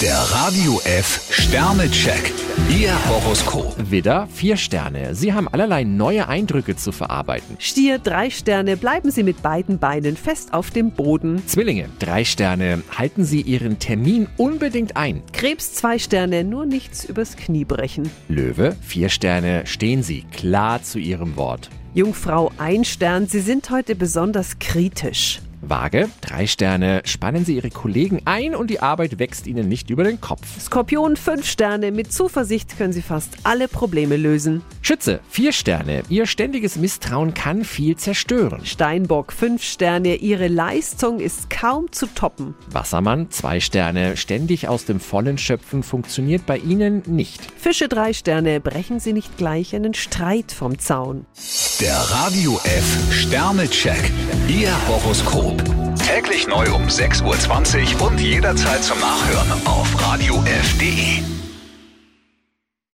Der Radio F Sternecheck. Ihr Horoskop. Widder, vier Sterne. Sie haben allerlei neue Eindrücke zu verarbeiten. Stier, drei Sterne, bleiben Sie mit beiden Beinen fest auf dem Boden. Zwillinge, drei Sterne. Halten Sie Ihren Termin unbedingt ein. Krebs, zwei Sterne, nur nichts übers Knie brechen. Löwe, vier Sterne. Stehen Sie klar zu Ihrem Wort. Jungfrau, ein Stern, Sie sind heute besonders kritisch. Waage, drei Sterne. Spannen Sie Ihre Kollegen ein und die Arbeit wächst Ihnen nicht über den Kopf. Skorpion, fünf Sterne, mit Zuversicht können Sie fast alle Probleme lösen. Schütze, vier Sterne. Ihr ständiges Misstrauen kann viel zerstören. Steinbock, fünf Sterne, Ihre Leistung ist kaum zu toppen. Wassermann, zwei Sterne. Ständig aus dem Vollen schöpfen funktioniert bei Ihnen nicht. Fische, drei Sterne, brechen Sie nicht gleich einen Streit vom Zaun. Der Radio F Sternecheck. Ihr Horoskop. Täglich neu um 6.20 Uhr und jederzeit zum Nachhören auf Radio E. radiof.de.